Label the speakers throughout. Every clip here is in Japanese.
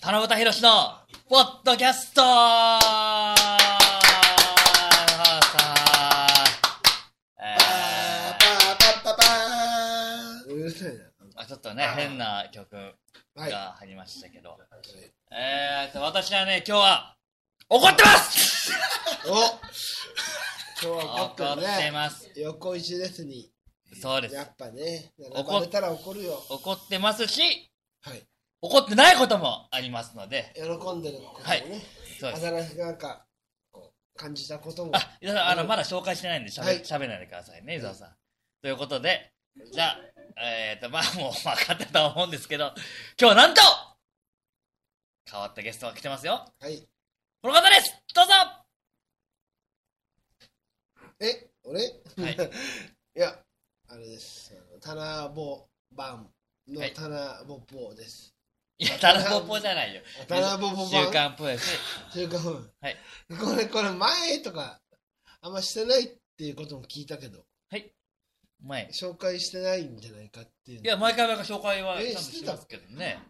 Speaker 1: 七夕ひろしの、ポッドキャストさあ、え
Speaker 2: パパパパーンうるせえ
Speaker 1: ーあちょっとね、変な曲
Speaker 2: な。はい。
Speaker 1: が入りましたけど。えーと、私はね、今日は、怒ってます
Speaker 2: お今日は
Speaker 1: 怒
Speaker 2: 怒
Speaker 1: っ
Speaker 2: った
Speaker 1: て
Speaker 2: ね。
Speaker 1: ます。
Speaker 2: 横一列に。
Speaker 1: そうです
Speaker 2: や。っぱね、
Speaker 1: 怒っ
Speaker 2: 並ばれたら怒るよ。
Speaker 1: 怒ってますし、
Speaker 2: はい。
Speaker 1: 怒ってないこともありますので、
Speaker 2: 喜んでることも
Speaker 1: はい
Speaker 2: ね。
Speaker 1: そうです。
Speaker 2: 新しくなんか、こう、感じたことも。
Speaker 1: あ、伊沢さん、あの、まだ紹介してないんで、しゃべ、
Speaker 2: はい
Speaker 1: しゃべらないでくださいね、伊沢さん。ということで、じゃあ、えっ、と、まあ、もう分かってたと思うんですけど、今日はなんと変わったゲストが来てますよ。
Speaker 2: はい。
Speaker 1: この方ですどうぞ
Speaker 2: え、俺
Speaker 1: はい
Speaker 2: いや、あれです。あのタナボバンの
Speaker 1: はい
Speaker 2: タナボボーです。
Speaker 1: いや、ただポポじゃないよ。
Speaker 2: あタナボボ
Speaker 1: 週
Speaker 2: バン。
Speaker 1: 刊プロレス。
Speaker 2: 週刊。
Speaker 1: はい。
Speaker 2: これ、これ前とか、あんましてないっていうことも聞いたけど。
Speaker 1: 前。
Speaker 2: 紹介してないんじゃないかっていうの
Speaker 1: いや、毎回毎回紹介はちゃ
Speaker 2: え
Speaker 1: んとしてますけどね。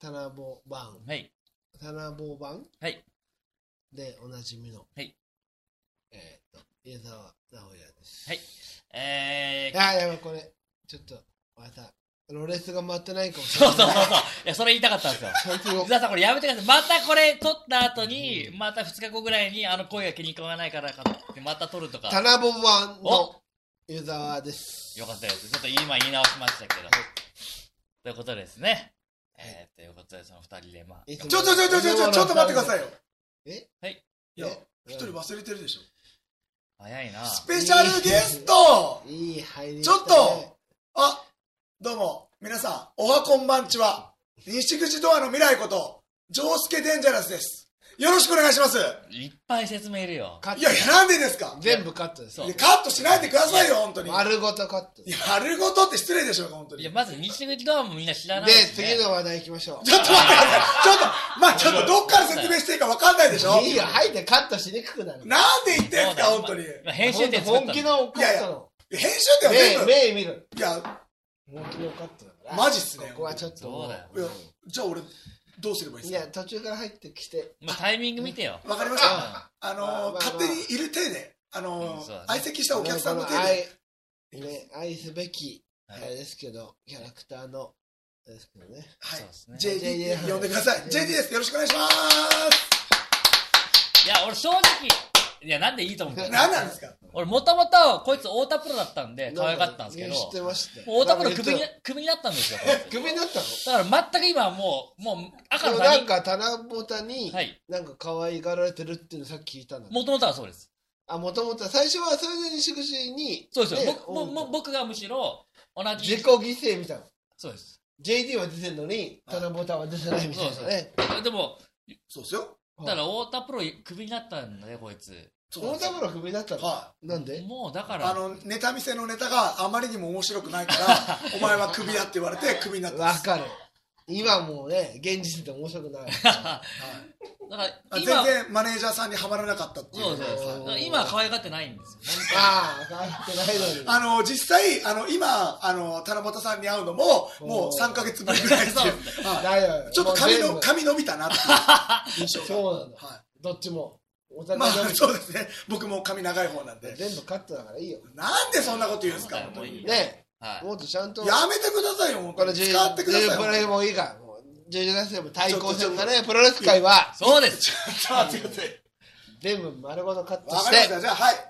Speaker 2: タナボバン
Speaker 1: はい。
Speaker 2: タナボバン
Speaker 1: はい
Speaker 2: でおなじみの
Speaker 1: はい
Speaker 2: えーっと家沢直哉です
Speaker 1: えー、
Speaker 2: あーやばいこれちょっとまたロレスが回ってないかもしれ
Speaker 1: そう
Speaker 2: ない
Speaker 1: そうそうそう。いや、それ言いたかったんですよ。
Speaker 2: 本
Speaker 1: 伊沢さん、これやめてください。またこれ撮った後に、また2日後ぐらいに、あの声が気に食わないからかって、また撮ると
Speaker 2: 当
Speaker 1: か。
Speaker 2: タナボバンの
Speaker 1: お
Speaker 2: 湯沢です
Speaker 1: よかったです。ちょっと今言い直しましたけど。ということですね。えー、ということで、その2人で、まあ。
Speaker 2: いつも
Speaker 3: ちょちょちょちょちょちょちょっと待ってくださいよ。
Speaker 2: え
Speaker 1: はい。
Speaker 3: いや
Speaker 2: え、
Speaker 3: 一人忘れてるでしょ。
Speaker 1: 早いな。
Speaker 3: スペシャルゲスト
Speaker 2: いい入り
Speaker 3: ちょっとあ、どうも、皆さん、おはこんばんちは。西口ドアの未来こと、ジョースケデンジャラスです。よろしくお願いします。い
Speaker 1: いっぱい説明いるよ。
Speaker 2: カット
Speaker 3: や、いやなんでですか
Speaker 2: 全部カットです
Speaker 1: そう
Speaker 3: いやカットしないでくださいよ、本当に。いや、
Speaker 2: 丸ごとカットで
Speaker 3: 丸ごとって失礼でしょうか、本当
Speaker 1: い
Speaker 3: に。
Speaker 1: や、
Speaker 3: ちょっ
Speaker 1: まず、西口ドアもみんな知らないし、ね。
Speaker 2: 次の話題いきましょう
Speaker 3: と待ってください。ちょっと、まあちょっとどっから説明していいかわかんないでしょ
Speaker 2: いいよ入ってカットしにくくなる
Speaker 3: なんで言ってんすか、本当に。い
Speaker 1: まあ
Speaker 3: や
Speaker 1: まあ編集点作った
Speaker 2: 本
Speaker 1: の
Speaker 2: 気のカットの
Speaker 3: 編集点は全部。
Speaker 2: 目目見る
Speaker 3: いや、
Speaker 2: 本気のカットだから
Speaker 3: マジっすね
Speaker 2: ここはちょっと
Speaker 1: そうだよ
Speaker 3: いやじゃあ俺、どうすればいい
Speaker 2: い
Speaker 3: です
Speaker 2: や
Speaker 3: か
Speaker 2: 途中から入ってきて
Speaker 1: まあ、タイミング見てよ。
Speaker 3: わかりまし
Speaker 1: うん
Speaker 3: た。あのー
Speaker 2: まあまあまあ
Speaker 3: 勝手にいる手で、あの
Speaker 1: うんそう
Speaker 3: ー
Speaker 1: だね
Speaker 3: 相席したお客さんの手
Speaker 2: こ
Speaker 3: で、
Speaker 2: 愛ね愛すべき
Speaker 1: は
Speaker 2: あ
Speaker 1: い
Speaker 2: れですけどキャラクターのですけどね
Speaker 3: はい
Speaker 1: そうですね。
Speaker 3: JD
Speaker 2: はい
Speaker 3: 呼んでください。
Speaker 2: JD
Speaker 3: JD です。よろしくお願いします。
Speaker 1: いや、俺正直、いや、なんでいいと思った
Speaker 3: 何なんですか
Speaker 1: 俺、もともと、こいつ、太田プロだったんで、可愛かったんですけど、
Speaker 2: 知って
Speaker 1: も
Speaker 2: ました
Speaker 1: う太田プロクビに
Speaker 2: な、
Speaker 1: クビになったんですよ、こいつ
Speaker 2: クビになったの
Speaker 1: だから全く今はもう、もう赤
Speaker 2: で
Speaker 1: の他
Speaker 2: もなん
Speaker 1: 人、
Speaker 2: か棚ぼたに
Speaker 1: はい
Speaker 2: なんか可愛がられてるっていうのさっき聞いたの
Speaker 1: もともとはそうです。
Speaker 2: あもともと最初はそれで西口に
Speaker 1: そうですよ。
Speaker 2: ね
Speaker 1: 僕もも僕がむしろ、同じ。
Speaker 2: 自己犠牲みたいな
Speaker 1: そうです。
Speaker 2: JD は出てるのに、
Speaker 3: は
Speaker 2: タ
Speaker 3: い
Speaker 2: ナボタンは出てないみたいなね。
Speaker 1: でも、
Speaker 3: そうですよ。
Speaker 1: だから太田プロクビになったんだよ、こいつ。
Speaker 3: そう
Speaker 2: 大
Speaker 3: です
Speaker 2: 田
Speaker 3: よ
Speaker 2: プロクビになったの
Speaker 3: は
Speaker 2: なんで
Speaker 1: もう、だか
Speaker 3: い。あ
Speaker 1: ら、
Speaker 3: の、ネタ見せのネタがあまりにも面白くないから、お前はクビだって言われてクビになったんで
Speaker 2: わ
Speaker 3: す。
Speaker 2: かる。今もうね、現時点で面白 くない。
Speaker 1: だから
Speaker 3: はい、
Speaker 1: 今
Speaker 3: 全、然マネージャーさんにはまらなかったっていう。
Speaker 1: そうそうそう。だから今は可愛がってないんですよ。
Speaker 2: ああ、帰ってないのに。
Speaker 3: あの、実際、あの、今、あの、田中さんに会うのも、もう3ヶ月ぶりぐらいですよ。は
Speaker 2: だよ
Speaker 3: い。ちょっと髪
Speaker 2: も
Speaker 3: の、
Speaker 2: う全
Speaker 3: 髪伸びたなっていう
Speaker 2: 部
Speaker 3: 印象が。
Speaker 2: そうなんだ。
Speaker 3: は
Speaker 2: どっちも。お
Speaker 3: い。まあ
Speaker 2: 互い、どっち
Speaker 3: そうですね。僕も髪長い方なんで。
Speaker 2: 全部カットだからいいよ。
Speaker 3: なんでそんなこと言うんですか、
Speaker 1: そうだよ
Speaker 3: 本当に。
Speaker 1: もういい
Speaker 3: や
Speaker 1: よ
Speaker 2: ね
Speaker 1: は
Speaker 2: え、
Speaker 1: い。
Speaker 2: もっとちゃんと。
Speaker 3: めてくださいよ、本当
Speaker 2: これ、
Speaker 3: に。
Speaker 2: ジェ
Speaker 3: 使ってくださいよ。
Speaker 2: プ
Speaker 3: 本当
Speaker 2: ロ
Speaker 3: に
Speaker 2: でもいいから。もう、ジェジュナスでも対抗戦だね。プロレス界は、
Speaker 1: そうです。
Speaker 3: ちょっと待ってください。
Speaker 2: 全部丸ごとカット
Speaker 3: わ
Speaker 2: し。
Speaker 3: かりましてた。じゃあ、はい。こ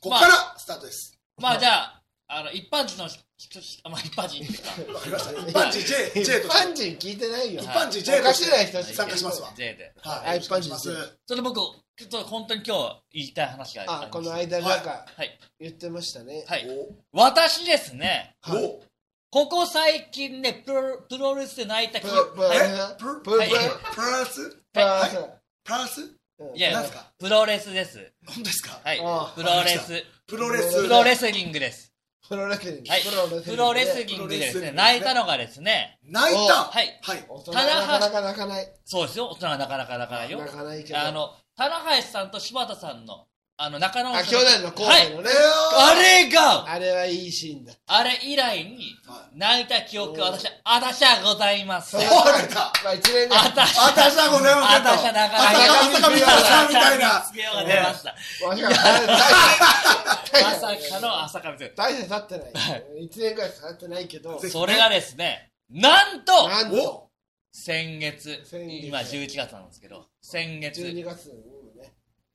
Speaker 3: こからスタートです。
Speaker 1: まあ、じゃあ、あの、一般人の、ししあまあ、一般人ですか。
Speaker 3: わかりました。一般人 J、
Speaker 2: 一
Speaker 3: J として
Speaker 2: 般人聞いてないよ
Speaker 3: 一。
Speaker 1: はい
Speaker 3: 般人 J
Speaker 2: お
Speaker 3: と
Speaker 2: か
Speaker 3: し。
Speaker 2: してない人
Speaker 3: 参加しますわ
Speaker 1: J で。
Speaker 2: あ
Speaker 3: はい。
Speaker 2: 一般人
Speaker 3: お願いします
Speaker 1: それで僕、ちょっと本当に今日言いたい話があります
Speaker 2: あ、この間なんか
Speaker 1: はい。
Speaker 2: 言ってましたね。
Speaker 1: はい。私ですね、
Speaker 3: お、お、
Speaker 1: ここ最近ね、プロプロレスで泣いた記
Speaker 2: プ
Speaker 1: 憶、
Speaker 2: プ
Speaker 1: はい
Speaker 3: え
Speaker 2: ププ
Speaker 3: ププ
Speaker 1: はい
Speaker 3: プラス
Speaker 2: プラス
Speaker 3: プラス
Speaker 2: うん
Speaker 1: いや
Speaker 3: なんすか
Speaker 1: プロレスです。
Speaker 3: 本当ですか
Speaker 1: はい
Speaker 2: あ。
Speaker 1: プロレス。
Speaker 3: プロレス。
Speaker 1: プロレスリングです。
Speaker 2: プロレスリング。
Speaker 1: はい。プロレスリングでですね、泣いたのがですね、
Speaker 3: 泣い
Speaker 2: お
Speaker 3: た。
Speaker 1: はい
Speaker 3: はい。
Speaker 2: 大人
Speaker 1: 棚
Speaker 2: な
Speaker 1: 橋
Speaker 2: かなか泣かない。
Speaker 1: そうですよ、大人はなかなか泣かないよ。
Speaker 2: 泣かないけど。
Speaker 1: あの、棚橋さんと柴田さんのあの、中野
Speaker 2: あ、兄弟の後
Speaker 1: は
Speaker 2: 輩
Speaker 1: い。
Speaker 2: のね、
Speaker 1: あれが、
Speaker 2: あれはいいシーンだ。
Speaker 1: あれ以来に
Speaker 3: は、
Speaker 1: 泣いた記憶は私、あたしはございません。
Speaker 3: れ壊れた
Speaker 2: まあ一年で、
Speaker 1: あたし、
Speaker 3: あたしゃごめんなさい。
Speaker 1: あたしゃなかなか
Speaker 3: あたしゃあたかみたさんみたいな。
Speaker 1: つけようが出ました。
Speaker 2: わしが大
Speaker 1: ま
Speaker 2: 差
Speaker 1: さかの朝霞です。
Speaker 2: 大差経ってない。一年ぐらい差ってないけ ど、
Speaker 1: それがですね、なんと、
Speaker 2: なんと
Speaker 3: お、
Speaker 1: 先月、
Speaker 2: 先月
Speaker 1: 今11月なんですけど、先月、
Speaker 2: 12
Speaker 1: い
Speaker 2: 月にね、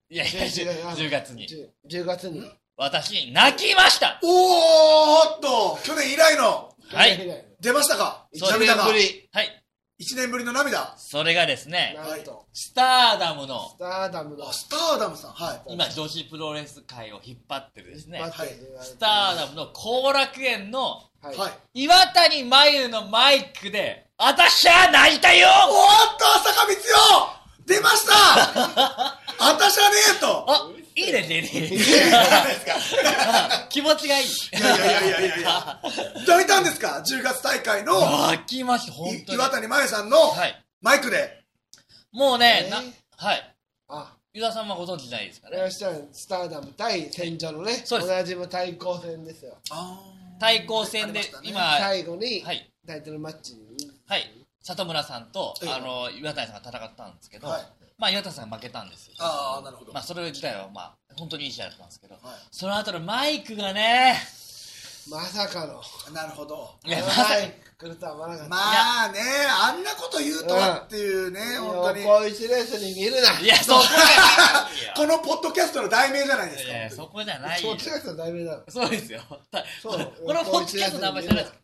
Speaker 1: やいや、10月に、
Speaker 2: 10 10月に、
Speaker 1: 私、泣きました
Speaker 3: おーっと、去年以来の、
Speaker 1: はい。
Speaker 3: 出ましたか
Speaker 2: 一
Speaker 1: そう
Speaker 2: 年
Speaker 3: 涙が
Speaker 2: ぶ。り、
Speaker 1: はい。
Speaker 3: 一年ぶりの涙。
Speaker 1: それがですね、
Speaker 2: なんと、
Speaker 1: スターダムの
Speaker 2: スターダムの
Speaker 3: あ、スターダムさん。はい。
Speaker 1: 今女子プロレス界を引っ張ってるですね
Speaker 2: バッテリーが
Speaker 1: スターダムの後楽園の
Speaker 2: はい。
Speaker 3: はい。
Speaker 1: 岩谷真由のマイクで「あたしゃ泣いたよ!
Speaker 3: おーっと、朝霞光代出ましたあたしゃねえと。
Speaker 1: あ」いいねジェリー 気持ちがいい
Speaker 3: いやいやいやいやいや。泣いたんですか ?10 月大会の、
Speaker 1: 泣きました本
Speaker 3: い
Speaker 1: 当に
Speaker 3: 岩谷真由さんの
Speaker 1: はい
Speaker 3: マイクで。
Speaker 1: もうね、
Speaker 2: えー
Speaker 1: なはい
Speaker 2: あ、
Speaker 1: 湯田さんはご存知ないですか
Speaker 2: あ
Speaker 1: ね
Speaker 2: れはしたらスターダム対戦場のね、
Speaker 1: そうです
Speaker 2: 同じも対抗戦ですよ。
Speaker 1: 対抗戦で
Speaker 3: ありましたね
Speaker 1: 今
Speaker 2: 最後に
Speaker 1: はい
Speaker 2: タイトルマッチに、
Speaker 1: はい里村さんと
Speaker 3: ええ
Speaker 1: あの岩谷さんが戦ったんですけど、
Speaker 3: はい
Speaker 1: まあ岩谷さんが負けたんですよ
Speaker 3: ああ、なるほど。
Speaker 1: まあそれ自体はまあ本当にいい試合だったんですけど、
Speaker 3: は
Speaker 1: その後のマイクがね、
Speaker 2: まさかの、
Speaker 3: い。なるほど。
Speaker 1: いや、まさ
Speaker 2: はい、来るとは思わなかった。
Speaker 3: まあね、あんなこと言うとはっていうね、本当に。
Speaker 2: 横一列に見るな。
Speaker 1: いや、そこ
Speaker 3: このポッドキャストの題名じゃないです
Speaker 1: じゃ、
Speaker 3: か。
Speaker 1: いや、そこじゃない
Speaker 2: そ
Speaker 1: よ
Speaker 2: っ。ちが人はダメだろ。
Speaker 1: そうですよ。た
Speaker 2: そ
Speaker 1: こ
Speaker 2: う
Speaker 1: のこのポッドキャストの名前知らないですか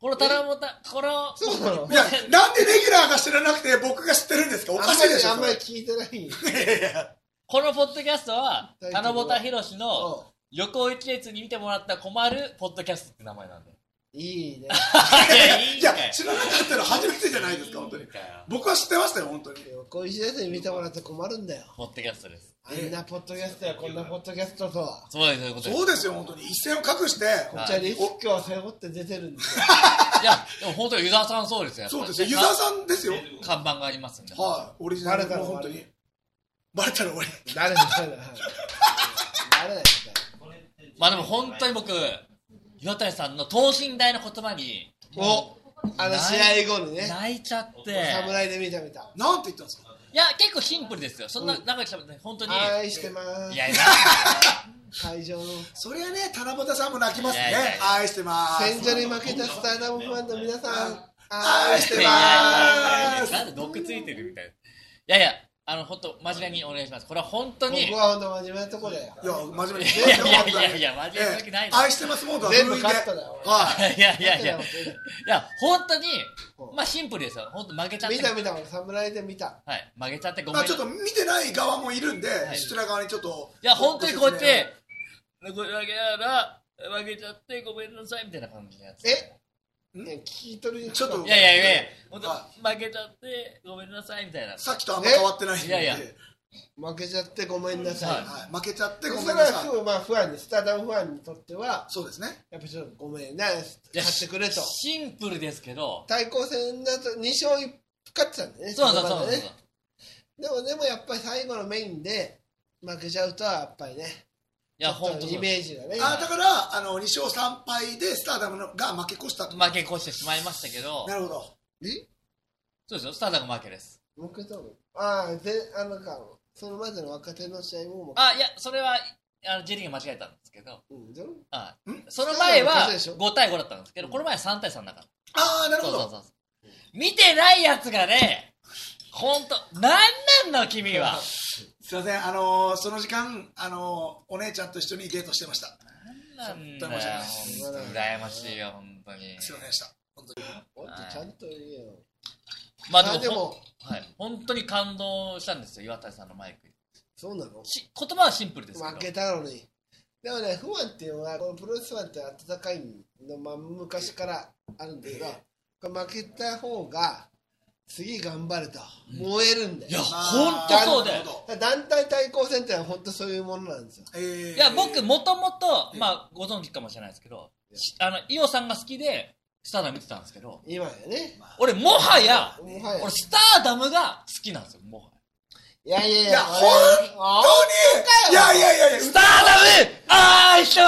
Speaker 1: この棚もた、この、
Speaker 2: そうなの
Speaker 3: いや、なんでレギュラーが知らなくて僕が知ってるんですかお
Speaker 2: あん
Speaker 3: か
Speaker 2: ま
Speaker 3: しいで
Speaker 2: り
Speaker 3: しょ
Speaker 2: あん
Speaker 3: そ
Speaker 2: まり
Speaker 3: れ
Speaker 2: 聞いてない。
Speaker 1: このポッドキャストは
Speaker 2: タイ、トルは
Speaker 1: 棚ぼたひろし
Speaker 2: お
Speaker 1: の
Speaker 2: う
Speaker 1: 横一列に見てもらったら困るポッドキャストって名前なんで。
Speaker 2: いいね。
Speaker 1: いや、い
Speaker 3: い
Speaker 1: んか
Speaker 3: や
Speaker 1: い、
Speaker 3: 知らなかったの初めてじゃないですか、本当
Speaker 1: い
Speaker 3: に
Speaker 1: いん。かよ
Speaker 3: 僕は知ってましたよ、本当に。
Speaker 2: 横一列に見てもらって困るんだよ。
Speaker 1: ポッドキャストです。
Speaker 2: あんなポッドキャストやこんなポッドキャストとは。
Speaker 1: そうです、そういうことです
Speaker 3: そうですよ、本当に。一線を隠して。
Speaker 2: こっちはリスクを背負って出てるんですよ。
Speaker 1: いや、でも本当に湯沢さんそうですよ。
Speaker 3: そうですよ、湯沢さんですよ。
Speaker 1: ん。看板がありますんで。
Speaker 3: はい、オリジナ
Speaker 2: バ
Speaker 3: ル
Speaker 2: レた
Speaker 3: の
Speaker 2: の
Speaker 3: 本当に。バレたの俺。
Speaker 2: 誰だ誰だ誰だ
Speaker 1: まあでも本当に僕、岩谷さんの等身大の言葉に、
Speaker 2: おあの試合後にね、
Speaker 1: 泣いちゃって、
Speaker 2: 侍で見た見た。
Speaker 3: なんて言ったんですか
Speaker 1: いや、結構シンプルですよ。そんな長くしゃべってない、本当に。い
Speaker 2: 愛してます。
Speaker 1: や、いや、
Speaker 2: 会場の
Speaker 3: そりゃね、七夕さんも泣きます
Speaker 1: いやいやい
Speaker 3: ね。
Speaker 1: や
Speaker 3: 愛してます。
Speaker 2: 戦場に負けたスターダムファンの皆さん、
Speaker 3: 愛してまーす
Speaker 1: なんで毒ついてるみたいな。いやいや、あの、本当真面目にお願いします。これは本当に、い
Speaker 2: 僕はほんと真面目なとこだよ。
Speaker 3: いや、真面目に。
Speaker 1: いやいやいやいや真面目なわけない
Speaker 3: ええ愛してますもんだ、
Speaker 2: 全
Speaker 3: 封
Speaker 2: 部
Speaker 3: 印
Speaker 2: カ
Speaker 3: で
Speaker 2: ットだよ。俺
Speaker 3: はい。
Speaker 1: やいやいや、いや、本当に
Speaker 2: う、ん
Speaker 1: まあシンプルですよ。本当負けちゃっ
Speaker 2: 見
Speaker 1: て。
Speaker 2: た見た、俺侍で見た。
Speaker 1: はい、負けちゃってごめ
Speaker 3: ま
Speaker 1: ん
Speaker 3: あ
Speaker 1: な
Speaker 3: ち
Speaker 1: さ
Speaker 3: ょ
Speaker 1: い
Speaker 3: っ。と見てない側もいるんで、
Speaker 1: い
Speaker 3: そちら側にちょっと。
Speaker 1: いや、本当にこうやっ
Speaker 3: ご説
Speaker 1: て、これだけやら、負けちゃってごめんなさいみたいな感じのやつ。
Speaker 2: えね、聞き取りに
Speaker 3: ちょっと
Speaker 1: いやいやいやいや、本
Speaker 3: は
Speaker 1: 当負けちゃってごめんなさいみたいな。
Speaker 3: 明さっきとあんま変わってないんで。
Speaker 1: えいやいや
Speaker 2: 負けちゃってごめんなさい。
Speaker 1: はい
Speaker 3: はい、負けちゃって
Speaker 2: で
Speaker 3: ごめん
Speaker 2: そ
Speaker 3: な
Speaker 2: れは
Speaker 3: さい。
Speaker 2: すぐまあ不安にスターダムファンにとっては
Speaker 3: そうですね。
Speaker 2: やっぱちょっとごめんな勝ってくれと
Speaker 1: シンプルですけど、
Speaker 2: 対抗戦だと2勝1勝ってたんだよね
Speaker 1: そうそう
Speaker 2: この
Speaker 1: そ
Speaker 2: 場
Speaker 1: う
Speaker 2: で
Speaker 1: そ
Speaker 2: ね
Speaker 1: う。
Speaker 2: でもでもやっぱり最後のメインで負けちゃうとはやっぱりね
Speaker 1: いや、
Speaker 2: ちょっ
Speaker 1: 本当
Speaker 2: と
Speaker 1: に
Speaker 2: イメージがね
Speaker 3: あだから、あの、2勝3敗でスターダムのが負け越したと。
Speaker 1: 負け越してしまいましたけど、
Speaker 3: なるほど。
Speaker 2: え
Speaker 1: そうですよ、スターダム負けです。
Speaker 2: もう一回どうああぜあのかその前の若手の試合ももう
Speaker 1: あ、いや、それは、あの、ジェリーが間違えたんですけど、
Speaker 2: うんどう
Speaker 1: あ
Speaker 3: ん
Speaker 1: その前
Speaker 2: スターダムの
Speaker 1: は
Speaker 2: 数でしょ
Speaker 1: 5対5だったんですけど、この前は3対3だから。
Speaker 3: ああ、なる
Speaker 1: そ
Speaker 3: ほ
Speaker 1: うそう
Speaker 3: ど。
Speaker 1: そうそう。見てないやつがね、本当なんなんの君は。
Speaker 3: すいません、あのーその時間、あのーお姉ちゃんと一緒にデートしてました。
Speaker 1: なんだよ、
Speaker 3: ち
Speaker 2: ょっと
Speaker 1: 本当羨ましいよ、本当に。
Speaker 3: すいませんでした。本当に。
Speaker 2: もっとちゃんと言えよ
Speaker 1: まあ
Speaker 2: あ
Speaker 1: で
Speaker 2: で
Speaker 1: もほん
Speaker 2: も
Speaker 1: はい、本当に感動したんですよ、岩谷さんのマイクに。
Speaker 2: そうなの
Speaker 1: し言葉はシンプルですけど。
Speaker 2: 負けたのにでもねファンっていうのはこのプロレスファンって温かいの、まあ、昔からあるんだけど、これ負けた方が次頑張ると燃えるんだ
Speaker 1: いや、
Speaker 2: よ、
Speaker 1: 本当そうだ
Speaker 3: なる
Speaker 1: よ。
Speaker 3: ほど
Speaker 2: 団体対抗戦ってのは本当そういうものなんですよ
Speaker 3: えー
Speaker 1: いや、僕、もともと、まあ、ご存知かもしれないですけど、しあの、伊代さんが好きで、スターダム見てたんですけど、
Speaker 2: 今やね
Speaker 1: 俺、もはや、
Speaker 2: もはや
Speaker 1: 俺、スターダムが好きなんですよ、もは
Speaker 2: いやいやい
Speaker 3: いや、本当にいやいやいやいや、
Speaker 1: スターダムあー一緒
Speaker 3: い
Speaker 1: ー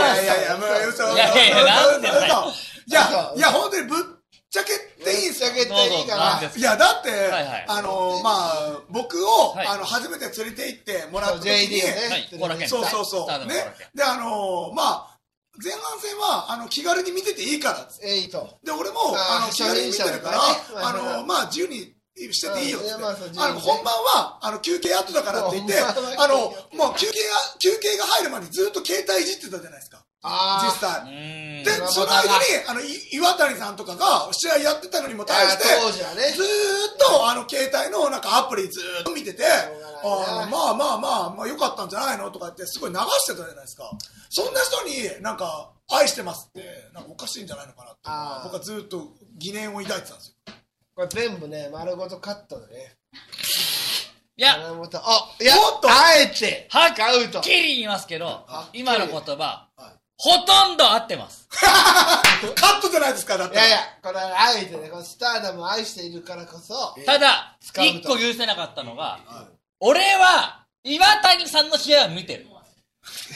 Speaker 3: やいやいや、もう嘘嘘
Speaker 1: いやいやなんでだよ
Speaker 3: いや、いや、本当にぶっちゃけていいんす
Speaker 2: ち
Speaker 3: よ
Speaker 2: ゃ。けていいか
Speaker 1: どうぞなんで
Speaker 2: ら
Speaker 1: す
Speaker 3: いや、だって、
Speaker 1: いはい
Speaker 3: あのまあ、僕を、
Speaker 1: はい
Speaker 3: あの、初めて連れて行ってもらった時
Speaker 2: JD
Speaker 3: に、
Speaker 2: を
Speaker 1: はい後楽
Speaker 2: ね
Speaker 1: 園
Speaker 3: そうそう
Speaker 1: ス
Speaker 3: そ
Speaker 1: ターダ
Speaker 3: う。
Speaker 1: ム
Speaker 3: ね
Speaker 1: 後楽園。
Speaker 3: で、あのまあ、前半戦は、あの、気軽に見てていいからっつって
Speaker 2: えいと
Speaker 3: で、俺も、
Speaker 2: あー
Speaker 3: あの、気軽に見てるから
Speaker 2: 初心者だ、からね
Speaker 3: あのまあ、自由にしてていいよっつっ
Speaker 2: うんいや
Speaker 3: て。
Speaker 2: まあそう自由
Speaker 3: あ
Speaker 2: に
Speaker 3: の、
Speaker 2: ね
Speaker 3: 本番は、あの、休憩後だからって言って、
Speaker 2: そう本番は
Speaker 3: あの、もう休憩が、休憩が入るまでずっと携帯いじってたじゃないですか。実
Speaker 2: あ
Speaker 3: 際。
Speaker 1: うん
Speaker 3: で、
Speaker 2: ん
Speaker 3: その間に、あの、い岩谷さんとかが試合やってたのにも
Speaker 2: あ
Speaker 3: 対して、
Speaker 2: 当時はね
Speaker 3: ずーっと、あの、携帯のなんかアプリずーっと見て
Speaker 2: う
Speaker 3: て、
Speaker 2: がないね
Speaker 3: あーまあまあまあ、まあ良かったんじゃないのとかってすごい流してたじゃないですか。そんな人になんか、愛してますって、なんかおかしいんじゃないのかなっていうの
Speaker 2: あ
Speaker 3: は
Speaker 2: ー、
Speaker 3: 僕はずーっと疑念を抱いてたんですよ。
Speaker 2: これ全部ね丸ごとカットだね
Speaker 1: いや、
Speaker 2: 丸ごとあいや
Speaker 3: もっと
Speaker 2: あえて
Speaker 1: はっ
Speaker 2: 買うと
Speaker 1: きり言いますけど
Speaker 2: はっ、きり
Speaker 1: 今の言葉
Speaker 2: はい、
Speaker 1: ほとんど合ってます。
Speaker 3: カットじゃないですか、だっ
Speaker 2: い
Speaker 3: て。
Speaker 2: やいやこれはあえてねこのスターダムを愛しているからこそ
Speaker 1: ただ、
Speaker 2: 使う
Speaker 1: 一
Speaker 2: と
Speaker 1: 個許せなかったのが、
Speaker 2: は
Speaker 1: 俺は、岩谷さんの試合は見てる。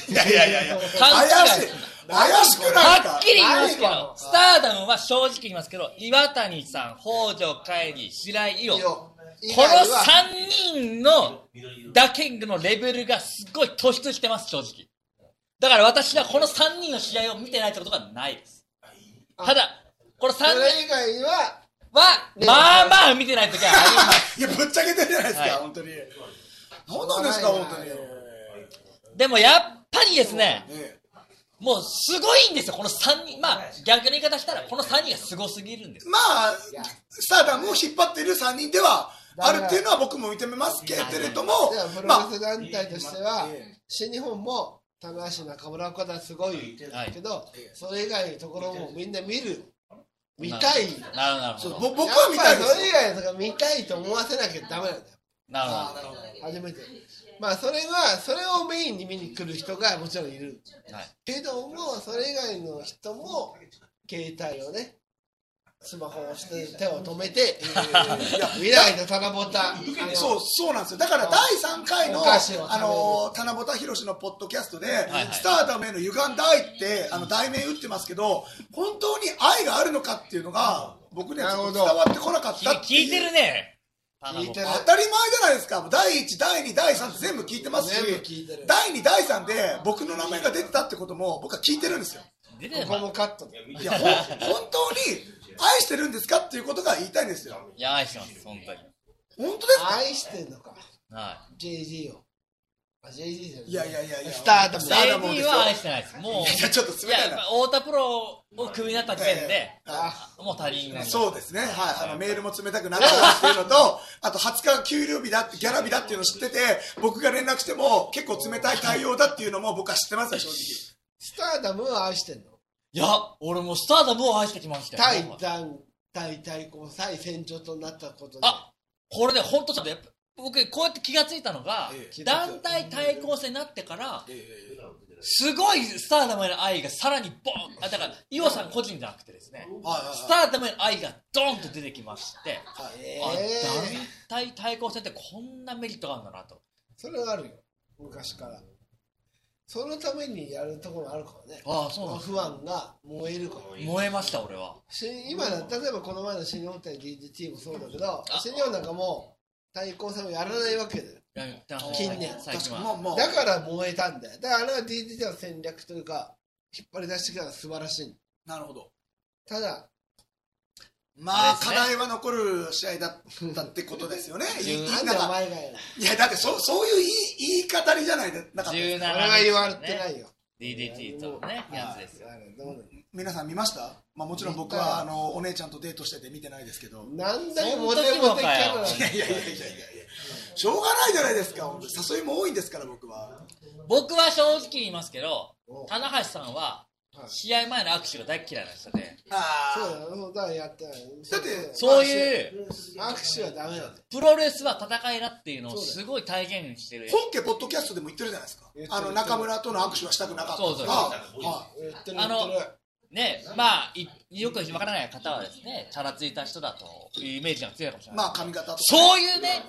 Speaker 3: いやいやいやいや、
Speaker 1: 勘違い
Speaker 3: 怪しい。怪しくないです
Speaker 1: は
Speaker 3: か
Speaker 1: っきり言いますけ
Speaker 2: 何
Speaker 1: ど
Speaker 2: が、
Speaker 1: スターダムは正直言いますけど、岩谷さん、北条海里、白井伊
Speaker 2: いい
Speaker 1: 代、この
Speaker 2: よ
Speaker 1: 3人の打ングのレベルがすごい突出してます、正直。だから私はこの3人の試合を見てないってことがないです。ただ、この3
Speaker 2: それ
Speaker 1: 人
Speaker 2: 以外は
Speaker 1: は、まあまあ見てない時はあります。
Speaker 3: いや、ぶっちゃけてるじゃないです
Speaker 1: はい
Speaker 3: か、本当に。何なんですか、本当に。
Speaker 1: でもやっぱりですね、
Speaker 3: ね
Speaker 1: もうすごいんですよ、この3人、まあ逆の言い方したら、この3人がすごすぎるんです。
Speaker 3: まあ、スターダムを引っ張っている3人ではあるっていうのは僕も認めますけれども
Speaker 2: では、プ、
Speaker 3: ま
Speaker 2: ロ
Speaker 3: あ
Speaker 2: レ、ス団体としては、
Speaker 3: え
Speaker 2: 新日本も棚橋中村岡田はすごい
Speaker 1: はい
Speaker 2: けど、それ以外のところもみんな見るよ見たいよ
Speaker 1: なるほど、なる
Speaker 3: そ
Speaker 1: ほ
Speaker 3: う
Speaker 1: ど。
Speaker 3: ぼ僕は見たい
Speaker 2: や
Speaker 3: で
Speaker 2: っぱりそれ以外のところ見たいと思わせなきゃダメなんだよ
Speaker 1: なるほ
Speaker 3: あーなるほど
Speaker 2: 初めてまあそれはそれをメインに見に来る人がもちろんいる
Speaker 1: ど。はい
Speaker 2: けどもそれ以外の人も携帯をねスマホをして手を止 めて未来の棚ぼた
Speaker 3: すよ。そう、そうなんですよ。だから第3回の、
Speaker 2: お菓子を食べる
Speaker 3: あの、棚ぼたひろしのポッドキャストで、
Speaker 1: はい
Speaker 3: スターダムへの歪んだ愛って、あの、題名打ってますけど、本当に愛があるのかっていうのが、僕にはちょっと伝わってこなかったって
Speaker 1: 聞
Speaker 3: いう
Speaker 1: いてるね。
Speaker 2: 聞いてる
Speaker 3: 当たり前じゃないですか。もう第1、第2、第3って全部聞いてますし、
Speaker 2: 全部聞いてる
Speaker 3: 第2、第3で僕の名前が出てたってことも僕は聞いてるんですよ。
Speaker 1: 出て
Speaker 2: こ
Speaker 1: る
Speaker 2: こ
Speaker 1: か
Speaker 2: もカットだ
Speaker 3: いや、ほん 本当に愛してるんですかっていうことが言いたいんですよ。
Speaker 1: いや、愛してます、本当に。
Speaker 3: 本当ですか
Speaker 2: 愛してんのか
Speaker 1: は
Speaker 2: JD をあ JD じゃない
Speaker 3: いやいやいやいや。
Speaker 2: スターダム
Speaker 1: い。
Speaker 3: ス
Speaker 2: ス
Speaker 3: タ
Speaker 2: タ
Speaker 3: ーダムで
Speaker 1: JD
Speaker 3: すよ。
Speaker 1: は愛してないです。もう、
Speaker 3: いや、ちょっとす
Speaker 1: い
Speaker 3: ごい
Speaker 1: や、
Speaker 3: な
Speaker 1: やっぱ太田プロをクビになった時点で、
Speaker 2: あ
Speaker 1: もう他人なんで
Speaker 3: そうですね、はい、あのメールも冷たくなったっていうのと、 あと20日が給料日だって、ギャラ日だっていうのを知ってて、僕が連絡しても、結構冷たい対応だっていうのも、僕は知ってますよ、正直。
Speaker 2: スターダムを愛してんの
Speaker 1: いや、俺もスターダムを愛してきましたよ。
Speaker 2: 対団体対抗最戦場となったことで
Speaker 1: あこれね、本当ちょっとやっぱ、僕、こうやって気がついたのが
Speaker 3: え、
Speaker 2: え
Speaker 1: 団体対抗戦になってから、
Speaker 3: え
Speaker 1: すごいスターダムへの愛がさらにボーンあだから、イオさん個人じゃなくてですね、
Speaker 3: はいはい
Speaker 1: スターダムへの愛がドーンと出てきまして、
Speaker 2: え
Speaker 1: あ
Speaker 2: え
Speaker 1: 団体対抗戦ってこんなメリットがあるんだなと。
Speaker 2: それはあるよ昔からそのためにやるところあるからね
Speaker 1: ああ、そうなんです。
Speaker 2: 不安が燃えるから
Speaker 1: 燃えました、俺は。
Speaker 2: し今だ例えばこの前の新日本対 DDT もそうだけど
Speaker 1: あ
Speaker 2: 新日本なんかもう対抗戦をやらないわけだよ近年
Speaker 1: 最
Speaker 3: 確
Speaker 1: 近
Speaker 3: かに
Speaker 1: は。
Speaker 3: もう、もう、
Speaker 2: だから燃えたんだよだからあれは DDT の戦略というか引っ張り出してきたのは素晴らしい
Speaker 3: なるほど。
Speaker 2: ただ
Speaker 3: まあ、
Speaker 1: あれです
Speaker 3: 課
Speaker 1: ね
Speaker 3: 題は残る試合だったってことですよね。いい
Speaker 2: なん
Speaker 3: な
Speaker 2: で
Speaker 3: ん
Speaker 2: お
Speaker 3: か
Speaker 2: 前がやる
Speaker 3: いや、だってそ、そういう言い言い語りじゃないでなかった
Speaker 1: 17
Speaker 2: 俺は言われてないよ
Speaker 1: DDT とのね、やつですよ。
Speaker 2: あれどうなの
Speaker 3: 皆さん見ました、まあ、もちろん僕
Speaker 2: 見
Speaker 3: は
Speaker 2: た
Speaker 3: あのお姉ちゃんとデートしてて見てないですけ ど。
Speaker 2: なんだけモテモテキャラなんだ
Speaker 3: いやいやいやいやいや しょうがないじゃないですか、本当に誘いも多いんですから、僕は。
Speaker 1: 僕は正直言いますけど、
Speaker 2: お
Speaker 1: 棚橋さんは、
Speaker 2: はい
Speaker 1: 試合前の握手が大っ嫌いな人で、
Speaker 2: そう
Speaker 3: あ
Speaker 2: だよそうだからやってない
Speaker 3: だって
Speaker 1: そういう、
Speaker 2: 握手はダメなんだよ
Speaker 1: プロレスは戦いだっていうのをすごい体現してる。
Speaker 3: 本家、ポッドキャストでも言ってるじゃないですか
Speaker 2: 言っ、てる
Speaker 3: あの中村との握手はしたくなかった
Speaker 1: そうそう
Speaker 3: とかは
Speaker 2: 言ってる言
Speaker 1: あの
Speaker 2: ってる
Speaker 1: ね、まあ、いよくわからない方はですね、チャラついた人だというイメージが強いかもしれ
Speaker 3: い
Speaker 1: ない。
Speaker 3: まあ、髪型とか、
Speaker 1: そういうね、